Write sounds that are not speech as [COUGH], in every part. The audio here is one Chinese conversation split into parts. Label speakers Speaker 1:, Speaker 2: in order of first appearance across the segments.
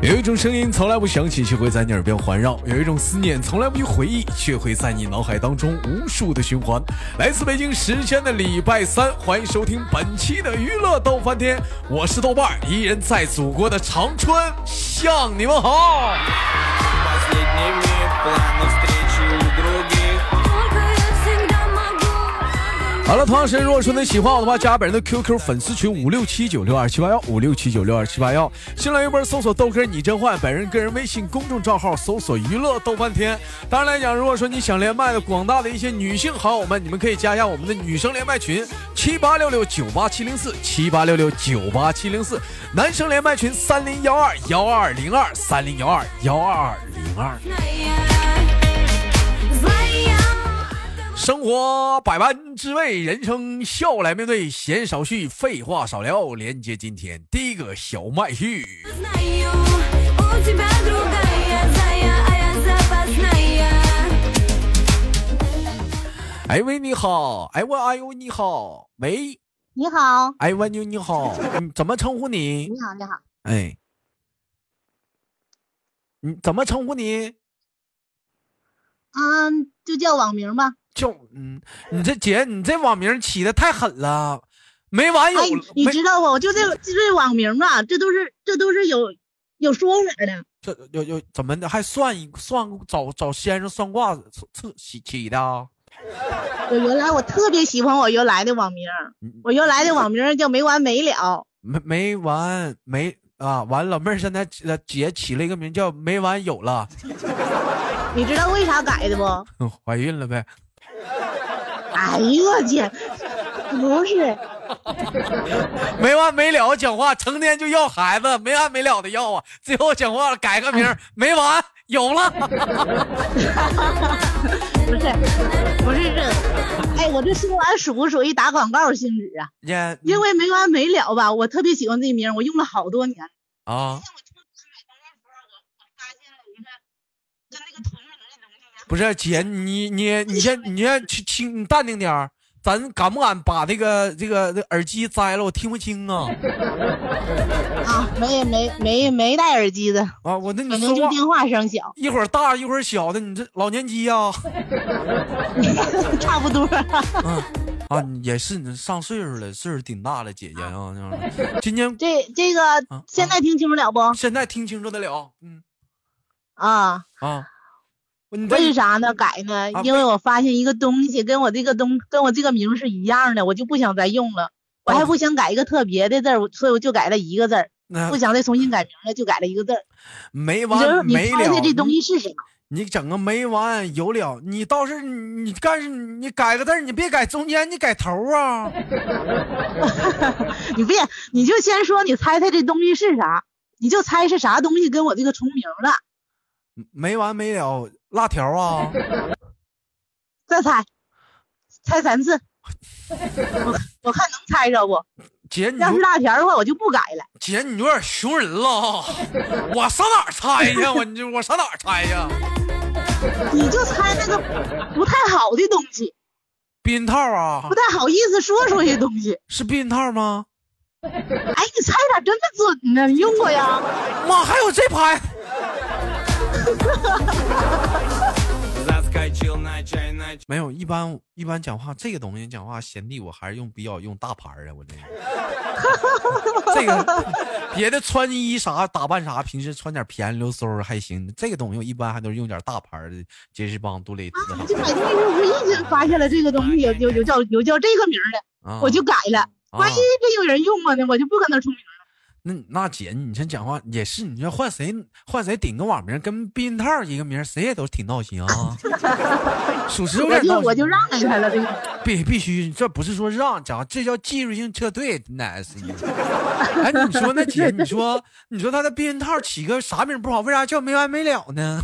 Speaker 1: 有一种声音从来不响起，却会在你耳边环绕；有一种思念从来不去回忆，却会在你脑海当中无数的循环。来自北京时间的礼拜三，欢迎收听本期的娱乐逗翻天，我是豆瓣儿，依然在祖国的长春向你们好。
Speaker 2: Последний миг, планы встречи у других
Speaker 3: Только я всегда могу.
Speaker 1: 好了，同样时间，如果说您喜欢我的话，加本人的 QQ 粉丝群五六七九六二七八幺五六七九六二七八幺，新浪微博搜索豆哥你真坏，本人个人微信公众账号搜索娱乐豆翻天。当然来讲，如果说你想连麦的广大的一些女性好友们，你们可以加一下我们的女生连麦群七八六六九八七零四七八六六九八七零四，男生连麦群三零幺二幺二零二三零幺二幺二零二。生活百般滋味，人生笑来面对，闲少叙，废话少聊，连接今天第一个小麦序。哎喂，你好，哎喂，哎呦你好，喂，
Speaker 4: 你好，
Speaker 1: 哎喂妞你好，嗯怎么称呼你？
Speaker 4: 你好，你好，
Speaker 1: 哎，你怎么称呼你？
Speaker 4: 嗯，就叫网名吧。
Speaker 1: 就嗯，你这姐，你这网名起的太狠了，没完有
Speaker 4: 哎，你
Speaker 1: 没
Speaker 4: 知道不？就这就这网名吧，这都是这都是有有说法的。
Speaker 1: 这有有怎么的还算一算找找先生算卦测起起的啊？
Speaker 4: 我原来我特别喜欢我原来的网名儿
Speaker 1: 嗯，
Speaker 4: 我原来的网名儿叫没完没了。
Speaker 1: 没没完没啊！完老妹儿现在起呃姐起了一个名叫“没完有了 [LAUGHS]
Speaker 4: 你知道为啥改的不？”，
Speaker 1: 怀孕了呗？
Speaker 4: 哎呦我去，不是，
Speaker 1: 没完没了讲话，成天就要孩子，没完没了的要啊！最后讲话了，改个名儿，没完有了。
Speaker 4: [LAUGHS] 不是，不是这。哎，我这说完属不属于打广告性质啊？
Speaker 1: 姐
Speaker 4: 因为没完没了吧，我特别喜欢这名儿，我用了好多年。
Speaker 1: 啊，
Speaker 4: 跟那个同名的东西
Speaker 1: 不是姐，你你你先你先去轻，你淡定点儿。咱敢不敢把这个这个这耳机摘了？我听不清啊！
Speaker 4: 啊，没没没没戴耳机的，
Speaker 1: 啊，我那你
Speaker 4: 可
Speaker 1: 说
Speaker 4: 能就
Speaker 1: 话
Speaker 4: 电话声
Speaker 1: [LAUGHS]
Speaker 4: 小，
Speaker 1: 一会儿大一会儿小的，你这老年机呀、啊？
Speaker 4: 差
Speaker 1: [LAUGHS]
Speaker 4: 不多。
Speaker 1: 嗯啊，你也是你上岁数了，岁数挺大了，姐姐啊，那玩意儿今年
Speaker 4: 这这个
Speaker 1: 啊
Speaker 4: 现在听清楚了不？
Speaker 1: 现在听清楚得了，嗯
Speaker 4: 啊，
Speaker 1: 啊，你这
Speaker 4: 为啥呢？改呢
Speaker 1: 啊？
Speaker 4: 因为我发现一个东西跟我这个东跟我这个名是一样的，我就不想再用了。我还
Speaker 1: 哦
Speaker 4: 不想改一个特别的字儿，我所以我就改了一个字儿，
Speaker 1: 那
Speaker 4: 不想再重新改名了，就改了一个字儿。
Speaker 1: 没
Speaker 4: 你就
Speaker 1: 啊完
Speaker 4: 你
Speaker 1: 没
Speaker 4: 猜猜
Speaker 1: 了，
Speaker 4: 这东
Speaker 1: 你
Speaker 4: 西是啥？
Speaker 1: 你整个没完有了，你倒是你你干是你改个字儿，你别改中间，你改头啊，
Speaker 4: [LAUGHS] 你别，你就先说，你猜猜这东西是啥？你就猜是啥东西跟我这个重名了，
Speaker 1: 没完没了，辣条啊，
Speaker 4: 再猜，猜三次。 [LAUGHS] 我我看能猜着不？
Speaker 1: 姐你
Speaker 4: 要是
Speaker 1: 有
Speaker 4: 辣条儿的话，我就不改了。
Speaker 1: 姐你有点熊人了啊，我上哪儿猜
Speaker 4: [LAUGHS]
Speaker 1: 去？我你这我上哪儿猜呀？
Speaker 4: 你就猜那个不太好的东西，
Speaker 1: 避孕套啊
Speaker 4: 不，太好意思说出去的东西。
Speaker 1: 是避孕套吗？
Speaker 4: 哎，你猜咋这么准呢？你用过呀？
Speaker 1: 妈，还有这拍！
Speaker 2: Заскочил на чай, на
Speaker 1: 没有，一般一般讲话这个东西讲话贤弟，我还是用比较用大牌儿的，啊我这个这个别的穿衣啥打扮啥，平时穿点便宜溜嗖儿还行，这个东西我一般还都是用点大牌儿的，杰士邦、杜蕾斯啥
Speaker 4: 就买东西时候无意间发现了这个东西有有有叫有叫这个名儿的，
Speaker 1: 啊。
Speaker 4: 我就改了。
Speaker 1: 啊
Speaker 4: 万一真有人用过呢，我就不跟他重名了。
Speaker 1: 那那姐，你这讲话也是，你说换谁换谁顶个网名，跟避孕套儿一个名儿，谁也都挺闹心
Speaker 4: [LAUGHS]
Speaker 1: 啊。属实有
Speaker 4: 我
Speaker 1: 点闹
Speaker 4: 就
Speaker 1: 心，
Speaker 4: 我就让给他了。这个
Speaker 1: 必必须，这不是说让讲，这叫技术性撤退，那是。 [LAUGHS] 哎，你说那姐，你说 [LAUGHS] 你说他的避孕套起个啥名不好，为啥叫没完没了呢？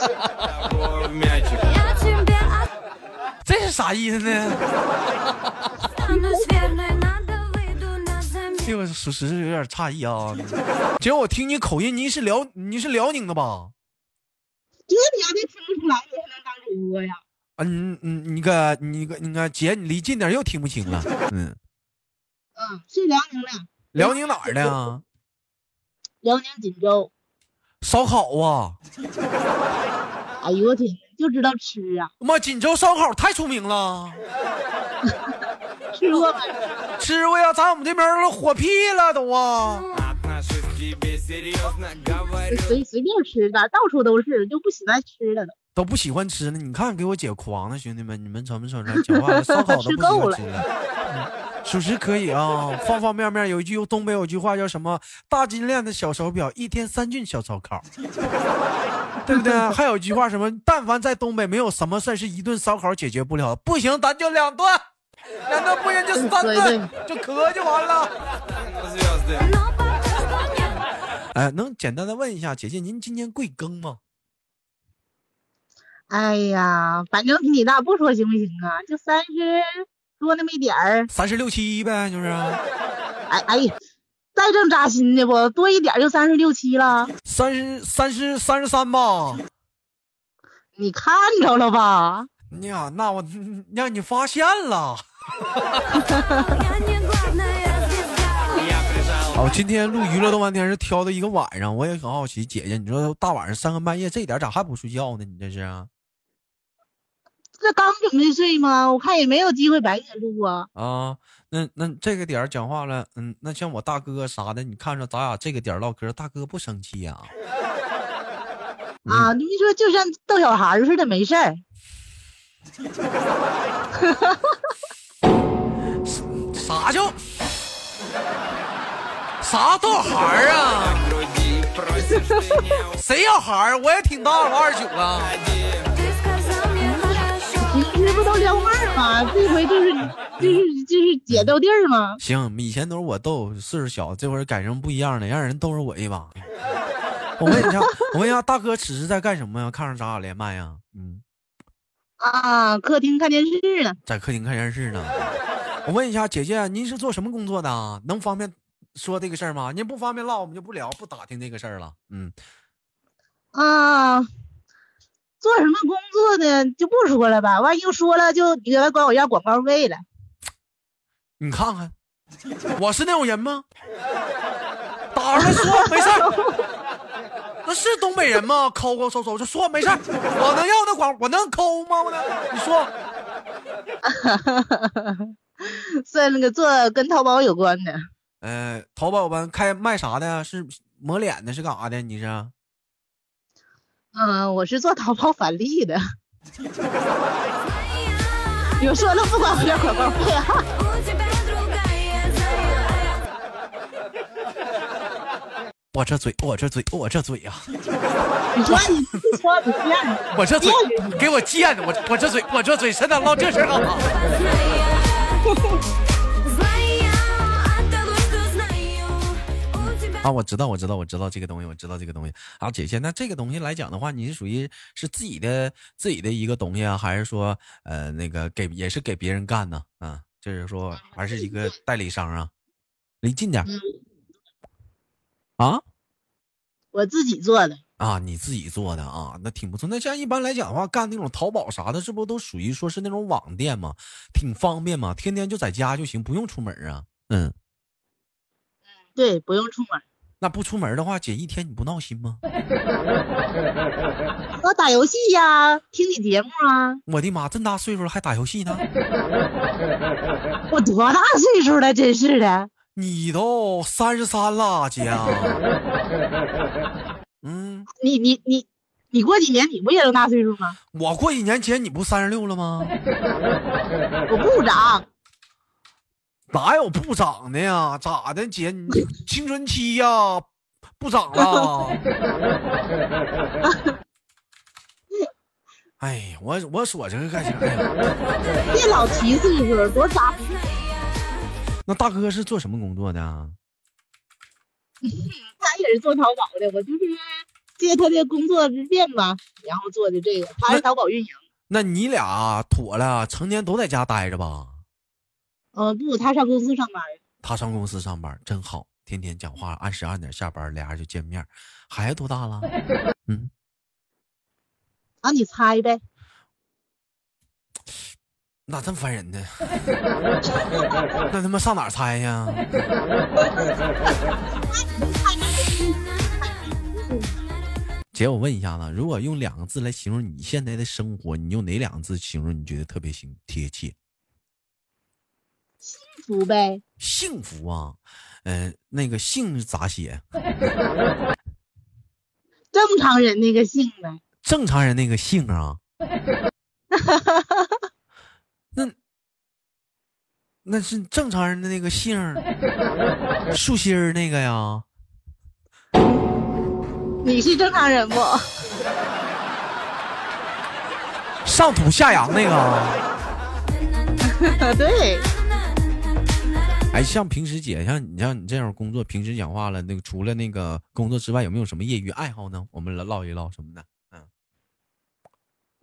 Speaker 2: чай, мячик
Speaker 3: Я тебе
Speaker 1: 这是啥意思呢？
Speaker 3: останусь верной, надо выйду на замену.
Speaker 1: 这个哎属实是有点诧异啊。姐，我听你口音，您是辽，您是辽宁的吧？
Speaker 4: 这你要都听不出来，你还能当主播呀？
Speaker 1: 啊，你你你个你个你个姐，你离近点，又听不清了。嗯，
Speaker 4: 嗯，是辽宁的，
Speaker 1: 辽宁哪儿的啊？
Speaker 4: 辽宁锦州。
Speaker 1: 烧烤啊！
Speaker 4: 哎呦我天，就知道吃啊，
Speaker 1: 妈，锦州烧烤太出名了，
Speaker 4: 吃过吗？
Speaker 1: 吃过呀，咱我们这边儿都火屁了都啊。
Speaker 2: Отношусь к тебе серьезно,
Speaker 4: 就
Speaker 2: говорю
Speaker 4: 随随便吃的，到处都是，就不喜欢吃了都。
Speaker 1: 都不喜欢吃了。你看给我姐狂的，兄弟们，你们瞅没瞅着？讲话了，烧烤都
Speaker 4: [LAUGHS] 吃
Speaker 1: 不喜欢
Speaker 4: 够了
Speaker 1: 吃了。嗯属实可以啊，方方面面有一句东北有句话叫什么？大金链子小手表，一天三顿小烧
Speaker 4: [LAUGHS]
Speaker 1: 烤，对不对？还有一句话什么？但凡在东北，没有什么事儿是一顿烧烤解决不了的。不行，咱就两
Speaker 4: [LAUGHS]
Speaker 1: 顿，两顿不行就三
Speaker 4: 对
Speaker 1: 顿，就咳就完了。
Speaker 2: звезды.
Speaker 3: Но потом нет.
Speaker 1: 哎，能简单的问一下姐姐，您今年贵庚吗？
Speaker 4: 哎呀，反正比你大，不说行不行啊？就三十多那么一点儿，
Speaker 1: 三十六七呗，就是
Speaker 4: 哎哎呀，再这么扎心的不多一点儿就三十六七了，
Speaker 1: 三十三十三十三吧。
Speaker 4: 你看着了吧？
Speaker 1: 呀，那我嗯让你发现了。
Speaker 3: Я не главная звезда.
Speaker 2: Я прижал
Speaker 1: 好，今天录娱乐动漫天是挑的一个晚上，我也很好奇，姐姐，你说大晚上三更半夜这点咋还不睡觉呢？你这是？啊
Speaker 4: 这刚准备睡吗？我看也没有机会白天录啊。
Speaker 1: 啊，那那这个点儿讲话了，嗯，那像我大哥啥的，你看着咱俩这个点儿唠嗑，大哥不生气呀、
Speaker 4: 啊，你说就像逗小孩儿似的，没事儿。
Speaker 1: 啥叫啥逗孩儿啊？
Speaker 2: груди и просишь, ты не
Speaker 1: 谁要孩儿？我也挺大了，我二十九啊了。
Speaker 2: уходи.
Speaker 3: Ты сказал мне хорошо.
Speaker 4: 平时不都撩妹儿吗？这回就是就是就是姐斗地儿吗？
Speaker 1: 行，以前都是我逗，岁数小，这回改成不一样了，让人逗着我一把。 [LAUGHS] 我问一下，我问一下，大哥此时在干什么呀？看着咱俩连麦呀？嗯，
Speaker 4: 啊，客厅看电视呢。
Speaker 1: 在客厅看电视呢。我问一下，姐姐，您是做什么工作的啊？能方便说这个事儿吗？您不方便唠，我们就不聊，不打听这个事儿了。嗯，
Speaker 4: 啊，做什么工作的就不说了吧，万一又说了就你来管我要广告费了。
Speaker 1: 你看看，我是那种人吗？打着说没事儿，那是东北人吗？抠抠搜搜就说没事儿，我能要那广，我能抠吗？我能，你说。
Speaker 4: 算那个做跟淘宝有关的，
Speaker 1: 呃，淘宝吧开卖啥的呀？是抹脸的，是干啥的？你是啊
Speaker 4: 嗯、我是做淘宝返利的。有说了不管我要广告费啊？
Speaker 3: У тебя другая зая.
Speaker 1: 我这嘴，我这嘴，我这嘴呀、 [LAUGHS]
Speaker 4: 你说你你说你骗人，
Speaker 1: 我这嘴给我贱的，我我这嘴，我这嘴，谁敢唠这事儿干嘛？
Speaker 3: Зная от того, что знаю. У тебя
Speaker 1: [LAUGHS] 啊，我知道，我知道，我知道这个东西，我知道这个东西啊，姐姐，那这个东西来讲的话，你是属于是自己的自己的一个东西啊，还是说呃那个给也是给别人干呢？啊，就是说还是一个代理商啊，离近点儿
Speaker 4: 嗯
Speaker 1: 啊。
Speaker 4: 我自己做的。
Speaker 1: 啊，你自己做的啊，那挺不错。那像一般来讲的话，干那种淘宝啥的，这不都属于说是那种网店吗？挺方便嘛，天天就在家就行，不用出门啊。嗯，
Speaker 4: 对，不用出门。
Speaker 1: 那不出门的话，姐一天你不闹心吗？
Speaker 4: 我打游戏呀，听你节目啊。
Speaker 1: 我的妈，这么大岁数了还打游戏呢？
Speaker 4: 我多大岁数了？真是的，
Speaker 1: 你都三十三了，姐啊。 [LAUGHS] 嗯，
Speaker 4: 你你你你过几年你不也都大岁数吗？
Speaker 1: 我过几年姐你不三十六了吗？
Speaker 4: 我不长，
Speaker 1: 哪有不长的呀？咋的，姐你青春期呀，不长了？哎，我我说这个干啥呀？
Speaker 4: 别老提岁数，多扎心。
Speaker 1: 那大哥是做什么工作的啊？
Speaker 4: 他也是做淘宝的，我就是借他的工作之便吧，然后做的这个，他是淘宝运营。
Speaker 1: 那你俩妥了，成天都在家待着吧？
Speaker 4: 呃，不，他上公司上班儿。
Speaker 1: 他上公司上班真好，天天讲话，按时按点下班，俩人就见面。孩子多大了？嗯，
Speaker 4: 啊，你猜呗。
Speaker 1: 咋这么烦人呢？ [LAUGHS] 那他妈上哪儿猜呀？姐，我问一下子，如果用两个字来形容你现在的生活，你用哪两个字形容？你觉得特别形贴切？
Speaker 4: 服呗，
Speaker 1: 幸福啊，嗯、那个幸是咋写？
Speaker 4: 正常人那个性呗。
Speaker 1: 正常人那个姓啊？那那是正常人的那个姓儿，树心儿那个呀？
Speaker 4: 你是正常人不？ [LAUGHS]
Speaker 1: 上土下洋那个啊？
Speaker 4: 对，
Speaker 1: 哎，像平时姐，像你像你这样工作，平时讲话了，那个除了那个工作之外，有没有什么业余爱好呢？我们来唠一唠什么的。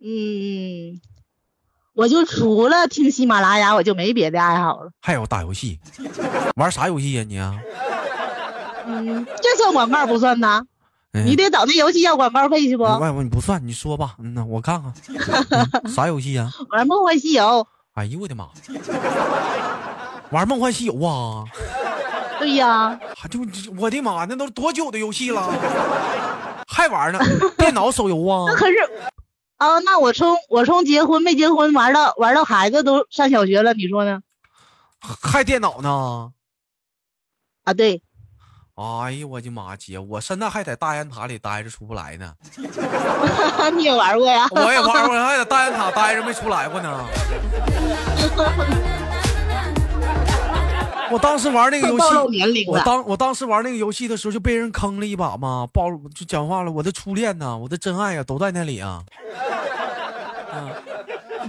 Speaker 4: 嗯，我就除了听喜马拉雅，我就没别的爱好了。
Speaker 1: 还有打游戏，玩啥游戏呀、你啊？
Speaker 4: 嗯，这算广告不算呐？
Speaker 1: 嗯
Speaker 4: 你得找那游戏要广告费去不？
Speaker 1: 外你不算，你说吧，嗯呐，我看
Speaker 4: [LAUGHS]
Speaker 1: 看，嗯啥游戏呀、
Speaker 4: 玩《梦幻西游
Speaker 1: 哎呦我的妈！玩梦幻西游啊？》。
Speaker 4: 对呀，
Speaker 1: 还就我的妈，那都多久的游戏了？还玩呢？电脑手游啊
Speaker 4: 那？可是啊，那我从我从结婚没结婚玩到玩到孩子都上小学了，你说呢？
Speaker 1: 还电脑呢？
Speaker 4: 啊，对， [LAUGHS]
Speaker 1: 哎呦我的妈姐，我现在还在大雁塔里待着出不来呢。
Speaker 4: 你也玩过呀？
Speaker 1: 我也玩过，还在大雁塔待着没出来过呢。我当时玩那个
Speaker 4: [LAUGHS]
Speaker 1: 游
Speaker 4: 暴露
Speaker 1: 戏，
Speaker 4: 年龄
Speaker 1: 我
Speaker 4: 了。
Speaker 1: 当我当时玩那个游戏的时候就被人坑了一把嘛，暴露就讲话了，我的初恋呐，我的真爱呀、都在那里啊。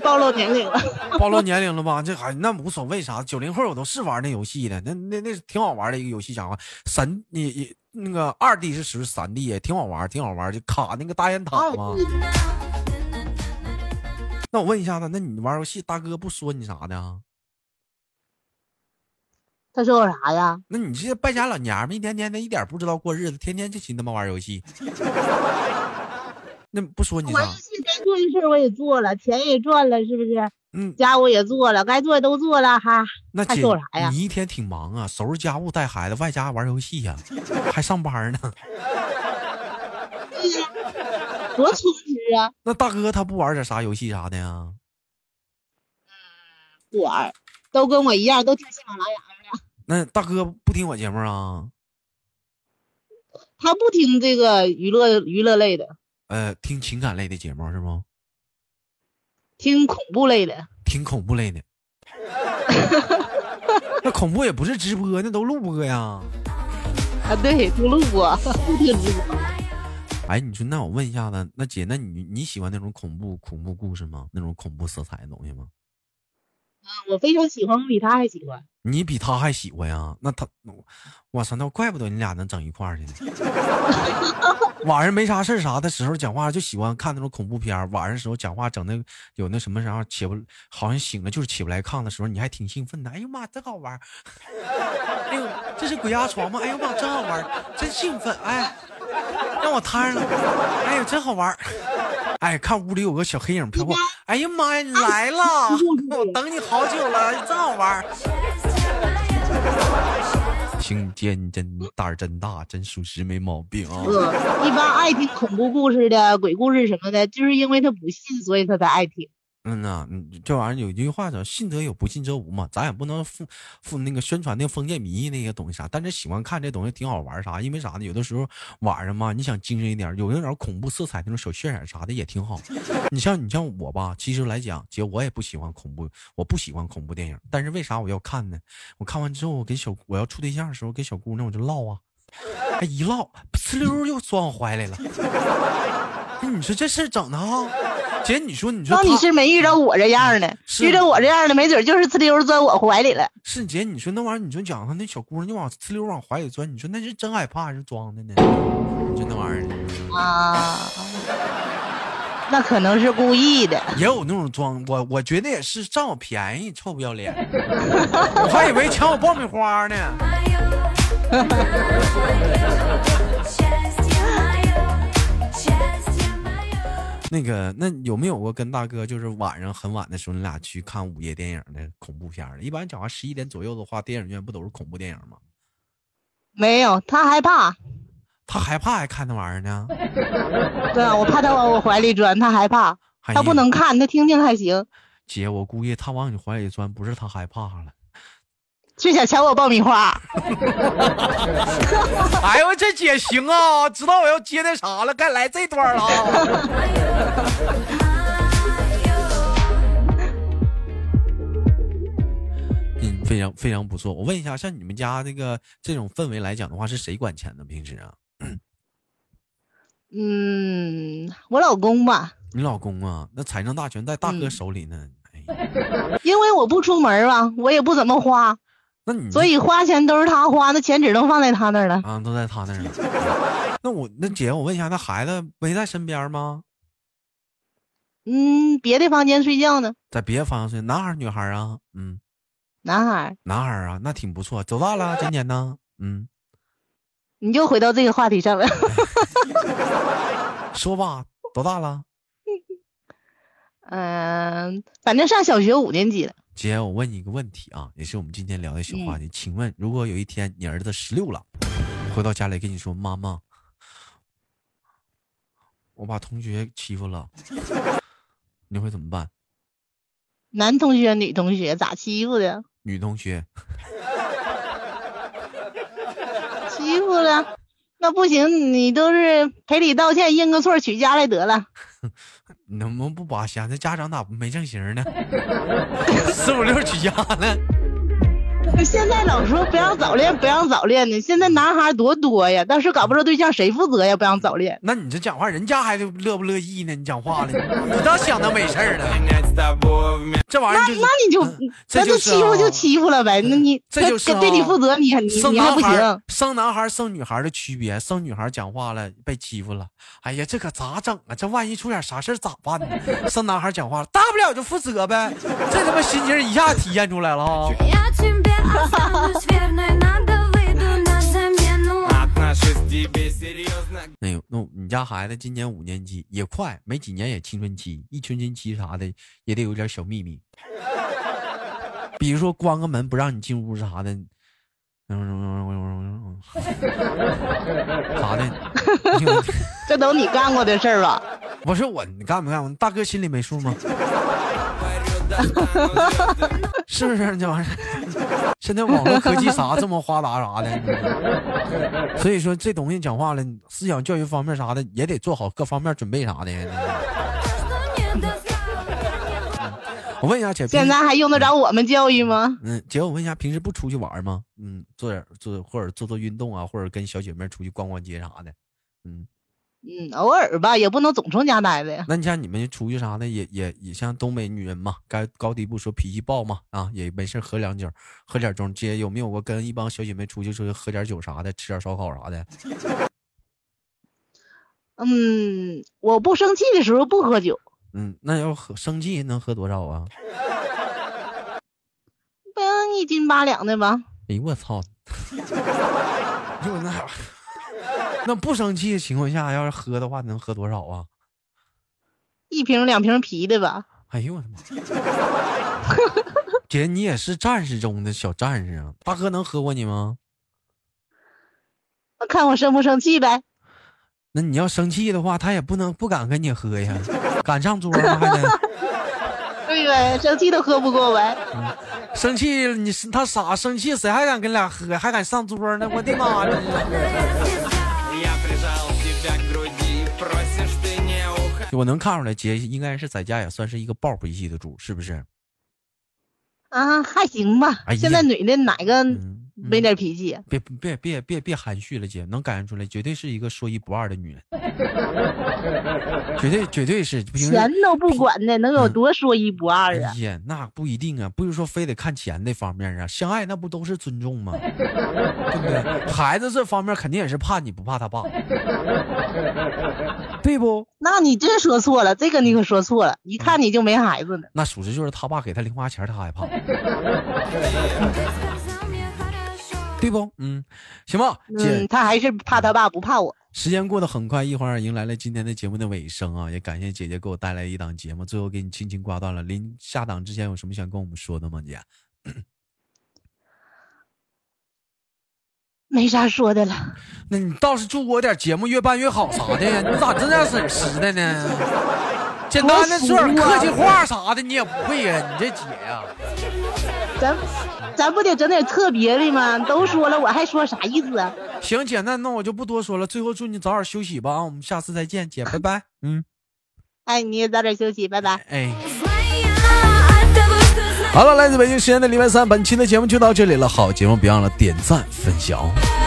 Speaker 4: 暴露年
Speaker 1: [LAUGHS]
Speaker 4: 龄了。
Speaker 1: 暴露年龄了吧？这还那无所谓啥，九零后我都是玩那游戏的，那那那是挺好玩的一个游戏，讲话三你你那个二 D 是属于三 D 也挺好玩，挺好玩，就卡那个大雁
Speaker 4: 哦
Speaker 1: 塔嘛。那我问一下子，那你玩游戏大哥不说你啥的啊？
Speaker 4: 他说我啥呀？
Speaker 1: 那你这败家老娘们，一天天的一点不知道过日子，天天就寻他妈玩游戏， [LAUGHS] 那不说你
Speaker 4: 玩
Speaker 1: 啥
Speaker 4: 游？戏该做的事儿我也做了，钱也赚了，是不是？
Speaker 1: 嗯，
Speaker 4: 家务也做了，该做的都做了，还
Speaker 1: 那
Speaker 4: 还
Speaker 1: 姐
Speaker 4: 做啥呀
Speaker 1: 你一天挺忙啊，收拾家务、带孩子，外加玩游戏呀、还上班呢。
Speaker 4: [LAUGHS] 多充实啊！
Speaker 1: 那大哥他不玩点啥游戏啥的呀？
Speaker 4: 不玩儿，都跟我一样，都听喜马拉雅。
Speaker 1: 那大哥不听我节目啊？
Speaker 4: 他不听这个娱乐娱乐类的，
Speaker 1: 呃，听情感类的节目是吗？
Speaker 4: 听恐怖类的。
Speaker 1: 听恐怖类的？那恐怖也不是直播，那都录播呀。
Speaker 4: 啊，对，听录播，不听直播。
Speaker 1: 哎，你说那我问一下子，那姐，那你你喜欢那种恐怖恐怖故事吗？那种恐怖色彩的东西吗？
Speaker 4: 我非常喜欢，我比他还喜欢。
Speaker 1: 你比他还喜欢呀？那他，我操，那怪不得你俩能整一块儿去呢。晚上没啥事儿啥的时候讲话就喜欢看那种恐怖片儿，晚上时候讲话整那有那什么啥起不，好像醒了就是起不来炕的时候，你还挺兴奋的。哎呦妈，真好玩儿！ [LAUGHS] 哎呦，这是鬼压床吗？哎呦妈，真好玩儿，真兴奋！哎，让我摊上了。哎呦，真好玩儿！哎，看屋里有个小黑影飘过，哎呀妈啊呀，你来了！我等你好久了，真好玩儿。行，姐，你真胆儿真大，真属实没毛病啊。
Speaker 4: 呃，一般爱听恐怖故事的、鬼故事什么的，就是因为他不信，所以他才爱听。
Speaker 1: 嗯呐，嗯这玩意儿有一句话叫“信则有，不信则无”嘛，咱也不能负负那个宣传那个封建迷那些东西啥，但是喜欢看这东西挺好玩儿啥，因为啥呢？有的时候晚上嘛，你想精神一点儿，有那点恐怖色彩那种小渲染啥的也挺好。 [LAUGHS] 你像你像我吧，其实来讲，姐我也不喜欢恐怖，我不喜欢恐怖电影，但是为啥我要看呢？我看完之后，我给小我要处对象的时候，给小姑娘我就唠啊，哎一唠，呲溜儿又钻我怀里了。 [LAUGHS] 哎你说这事儿整的哈，姐你说你说
Speaker 4: 当你
Speaker 1: 她
Speaker 4: 是没遇着我这样的，
Speaker 1: 是
Speaker 4: 遇着我这样的，没准就是呲溜钻我怀里了。
Speaker 1: 是姐，你说那玩意儿，你说讲他那小姑娘就往呲溜往怀里钻，你说那是真害怕还是装的呢？你说那玩意儿，
Speaker 4: 啊，那可能是故意的。
Speaker 1: 也有那种装，我我觉得也是占我便宜，臭不要脸，我还以为抢我爆米花呢。
Speaker 3: Мое, счастье мое, счастье мое.
Speaker 1: 那个，那有没有过跟大哥就是晚上很晚的时候，你俩去看午夜电影的恐怖片儿？一般讲话十一点左右的话，电影院不都是恐怖电影吗？
Speaker 4: 没有，他害怕，
Speaker 1: 他害怕还看那玩意儿呢？
Speaker 4: 对啊，我怕他往我怀里钻，他害怕，
Speaker 1: 哎
Speaker 4: 他
Speaker 1: 呀
Speaker 4: 不能看，他听听还行，
Speaker 1: 姐，我估计他往你怀里钻，不是他害怕了。
Speaker 4: 就想抢我爆米花。
Speaker 1: [LAUGHS] 哎呦，这姐行啊，知道我要接那啥了，该来这段了啊。 [LAUGHS] 嗯，非常非常不错。我问一下，像你们家这个这种氛围来讲的话，是谁管钱呢？平时啊，
Speaker 4: 嗯，我老公吧，
Speaker 1: 你老公啊，那财政大权在大
Speaker 4: 嗯
Speaker 1: 哥手里呢。哎，
Speaker 4: 因为我不出门啊，我也不怎么花，
Speaker 1: 那你
Speaker 4: 所以花钱都是他花，那钱只能放在他那儿了。
Speaker 1: 啊，都在他那儿了。 [LAUGHS] 那我那姐，我问一下，那孩子没在身边吗？
Speaker 4: 嗯，别的房间睡觉呢，
Speaker 1: 在别的方向睡，男孩儿女孩儿啊？嗯，
Speaker 4: 男孩儿，
Speaker 1: 男孩儿啊，那挺不错。多大了？今年呢？嗯。
Speaker 4: 你就回到这个话题上了。 [LAUGHS]
Speaker 1: 说吧，多大了？
Speaker 4: 嗯，反正上小学五年级了，
Speaker 1: 姐，我问你一个问题啊，也是我们今天聊的小
Speaker 4: 嗯
Speaker 1: 话题。请问，如果有一天你儿子十六了，回到家里跟你说：“妈妈，我把同学欺负了。”你会怎么办？
Speaker 4: 男同学、女同学咋欺负的？
Speaker 1: 女同学，
Speaker 4: 欺负了，那不行，你都是赔礼道歉，认个错，取家来得了。
Speaker 1: 你能不能不扒瞎？那家长咋没正形呢？四五六起家呢？
Speaker 4: 现在老说不让早恋，不让早恋的，现在男孩多多呀，到时候搞不着对象谁负责呀？不让早恋，
Speaker 1: 那你这讲话，人家还乐不乐意呢？你讲话了，你倒想当没事儿呢？
Speaker 2: Понять с тобой вместе
Speaker 1: 这玩意儿就是
Speaker 4: 那你就
Speaker 1: 嗯这
Speaker 4: 那
Speaker 1: 就
Speaker 4: 就是欺负
Speaker 1: 啊
Speaker 4: 就欺负了呗，那你
Speaker 1: 这
Speaker 4: 他
Speaker 1: 就是
Speaker 4: 他对
Speaker 1: 啊
Speaker 4: 你负责，你还你
Speaker 1: 生
Speaker 4: 你还
Speaker 1: 男
Speaker 4: 不
Speaker 1: 孩
Speaker 4: 行
Speaker 1: 儿，生男孩儿生女孩儿的区别，生女孩儿讲话了被欺负了，哎呀，这可咋整啊？这万一出点啥事儿咋办呢？ [LAUGHS] 生男孩儿讲话了，大不了就负责呗，这他妈心情一下体现出来了 [LAUGHS] 啊！
Speaker 3: Я тебе останусь верной, надо выйду на замену.
Speaker 2: Отношусь к тебе серьезно
Speaker 1: 那有那你家孩子今年五年级，也快没几年也青春期，一青春期啥的也得有点小秘密， [LAUGHS] 比如说关个门不让你进屋啥的， [LAUGHS] 嗯，啥的，你有
Speaker 4: 这都你干过的事儿吧？
Speaker 1: 不是我，你干没干？大哥心里没数吗？ [LAUGHS]
Speaker 2: говорю, достану звезды
Speaker 1: 是不是这玩意儿？ [LAUGHS] 现在网络科技啥这么发达啥的， [LAUGHS] 所以说这东西讲话了，思想教育方面啥的也得做好各方面准备啥的。
Speaker 3: Что не доставлю.
Speaker 1: 我问一下姐，平
Speaker 4: 现在还用得着我们教育吗？
Speaker 1: 嗯，姐，我问一下，平时不出去玩吗？嗯，做点做或者做做运动啊，或者跟小姐妹出去逛逛街啥的。嗯，
Speaker 4: 嗯，偶尔吧，也不能总从家待着呀。
Speaker 1: 那你像你们出去啥的，也也也像东北女人嘛，该高低不说，脾气暴嘛，啊，也没事儿喝两酒，喝点盅。姐有没有过跟一帮小姐妹出去出去喝点酒啥的，吃点烧烤啥的？
Speaker 4: 嗯，我不生气的时候不喝酒，
Speaker 1: 嗯，那要喝生气能喝多少啊？
Speaker 4: 嗯，一斤八两的吧。
Speaker 1: 哎呦我操！ [LAUGHS] 就那，那不生气的情况下，要是喝的话，能喝多少啊？
Speaker 4: 一瓶两瓶啤的吧？
Speaker 1: 哎呦我的妈！ [LAUGHS] 姐，你也是战士中的小战士啊！大哥能喝过你吗？
Speaker 4: 看我生不生气呗。
Speaker 1: 那你要生气的话，他也不能不敢跟你喝呀，敢上桌吗？还得。
Speaker 4: 对呗，生气都喝不过呗。
Speaker 1: 生气，你是他傻，生气谁还敢跟俩喝，还敢上桌呢？我的妈呀！
Speaker 2: Я прижал тебя к груди Просишь ты не уходи
Speaker 1: 我能看出来，姐应该是在家也算是一个抱回系的主，是不是？
Speaker 4: 啊，还行吧。
Speaker 1: 哎呀
Speaker 4: 现在女的哪个
Speaker 1: 嗯，
Speaker 4: 没点脾气。
Speaker 1: 别别别别别含蓄了，姐，能感觉出来，绝对是一个说一不二的女人，绝对绝对是。平时
Speaker 4: 钱都不管的，能有多说一不
Speaker 1: 嗯哎
Speaker 4: 二啊？
Speaker 1: 呀，那不一定啊，不是说非得看钱那方面啊，相爱那不都是尊重吗？对不对？孩子这方面肯定也是怕你不怕他爸，对不？
Speaker 4: 那你真说错了，这个你可说错了，一
Speaker 1: 嗯
Speaker 4: 看你就没孩子呢。
Speaker 1: 那属实就是他爸给他零花钱，他害怕，
Speaker 3: Ты сказал мне хорошо.
Speaker 1: 对不？嗯，行吧，姐，
Speaker 4: 嗯，他还是怕他爸，不怕我。
Speaker 1: 时间过得很快，一会儿迎来了今天的节目的尾声啊！也感谢姐姐给我带来一档节目，最后给你轻轻挂断了。临下档之前有什么想跟我们说的吗，姐？
Speaker 4: 没啥说的了，
Speaker 1: 那你倒是祝我点节目越办越好啥的呀？ [LAUGHS] 你咋这样损失的呢？简单的说点客气话啥的，你也不会呀、你这姐呀、
Speaker 4: 咱咱不得整点特别的吗？都说了，我还说啥意思啊？
Speaker 1: 行，姐，那那我就不多说了。最后祝你早点休息吧啊！我们下次再见，姐，拜拜。嗯，
Speaker 4: 哎，你也早点休息，拜拜。
Speaker 1: 哎。
Speaker 3: Знаю от того, что знаю.
Speaker 1: 好了，来自北京时间的礼拜三，本期的节目就到这里了。好节目，别忘了点赞分享哦。
Speaker 3: а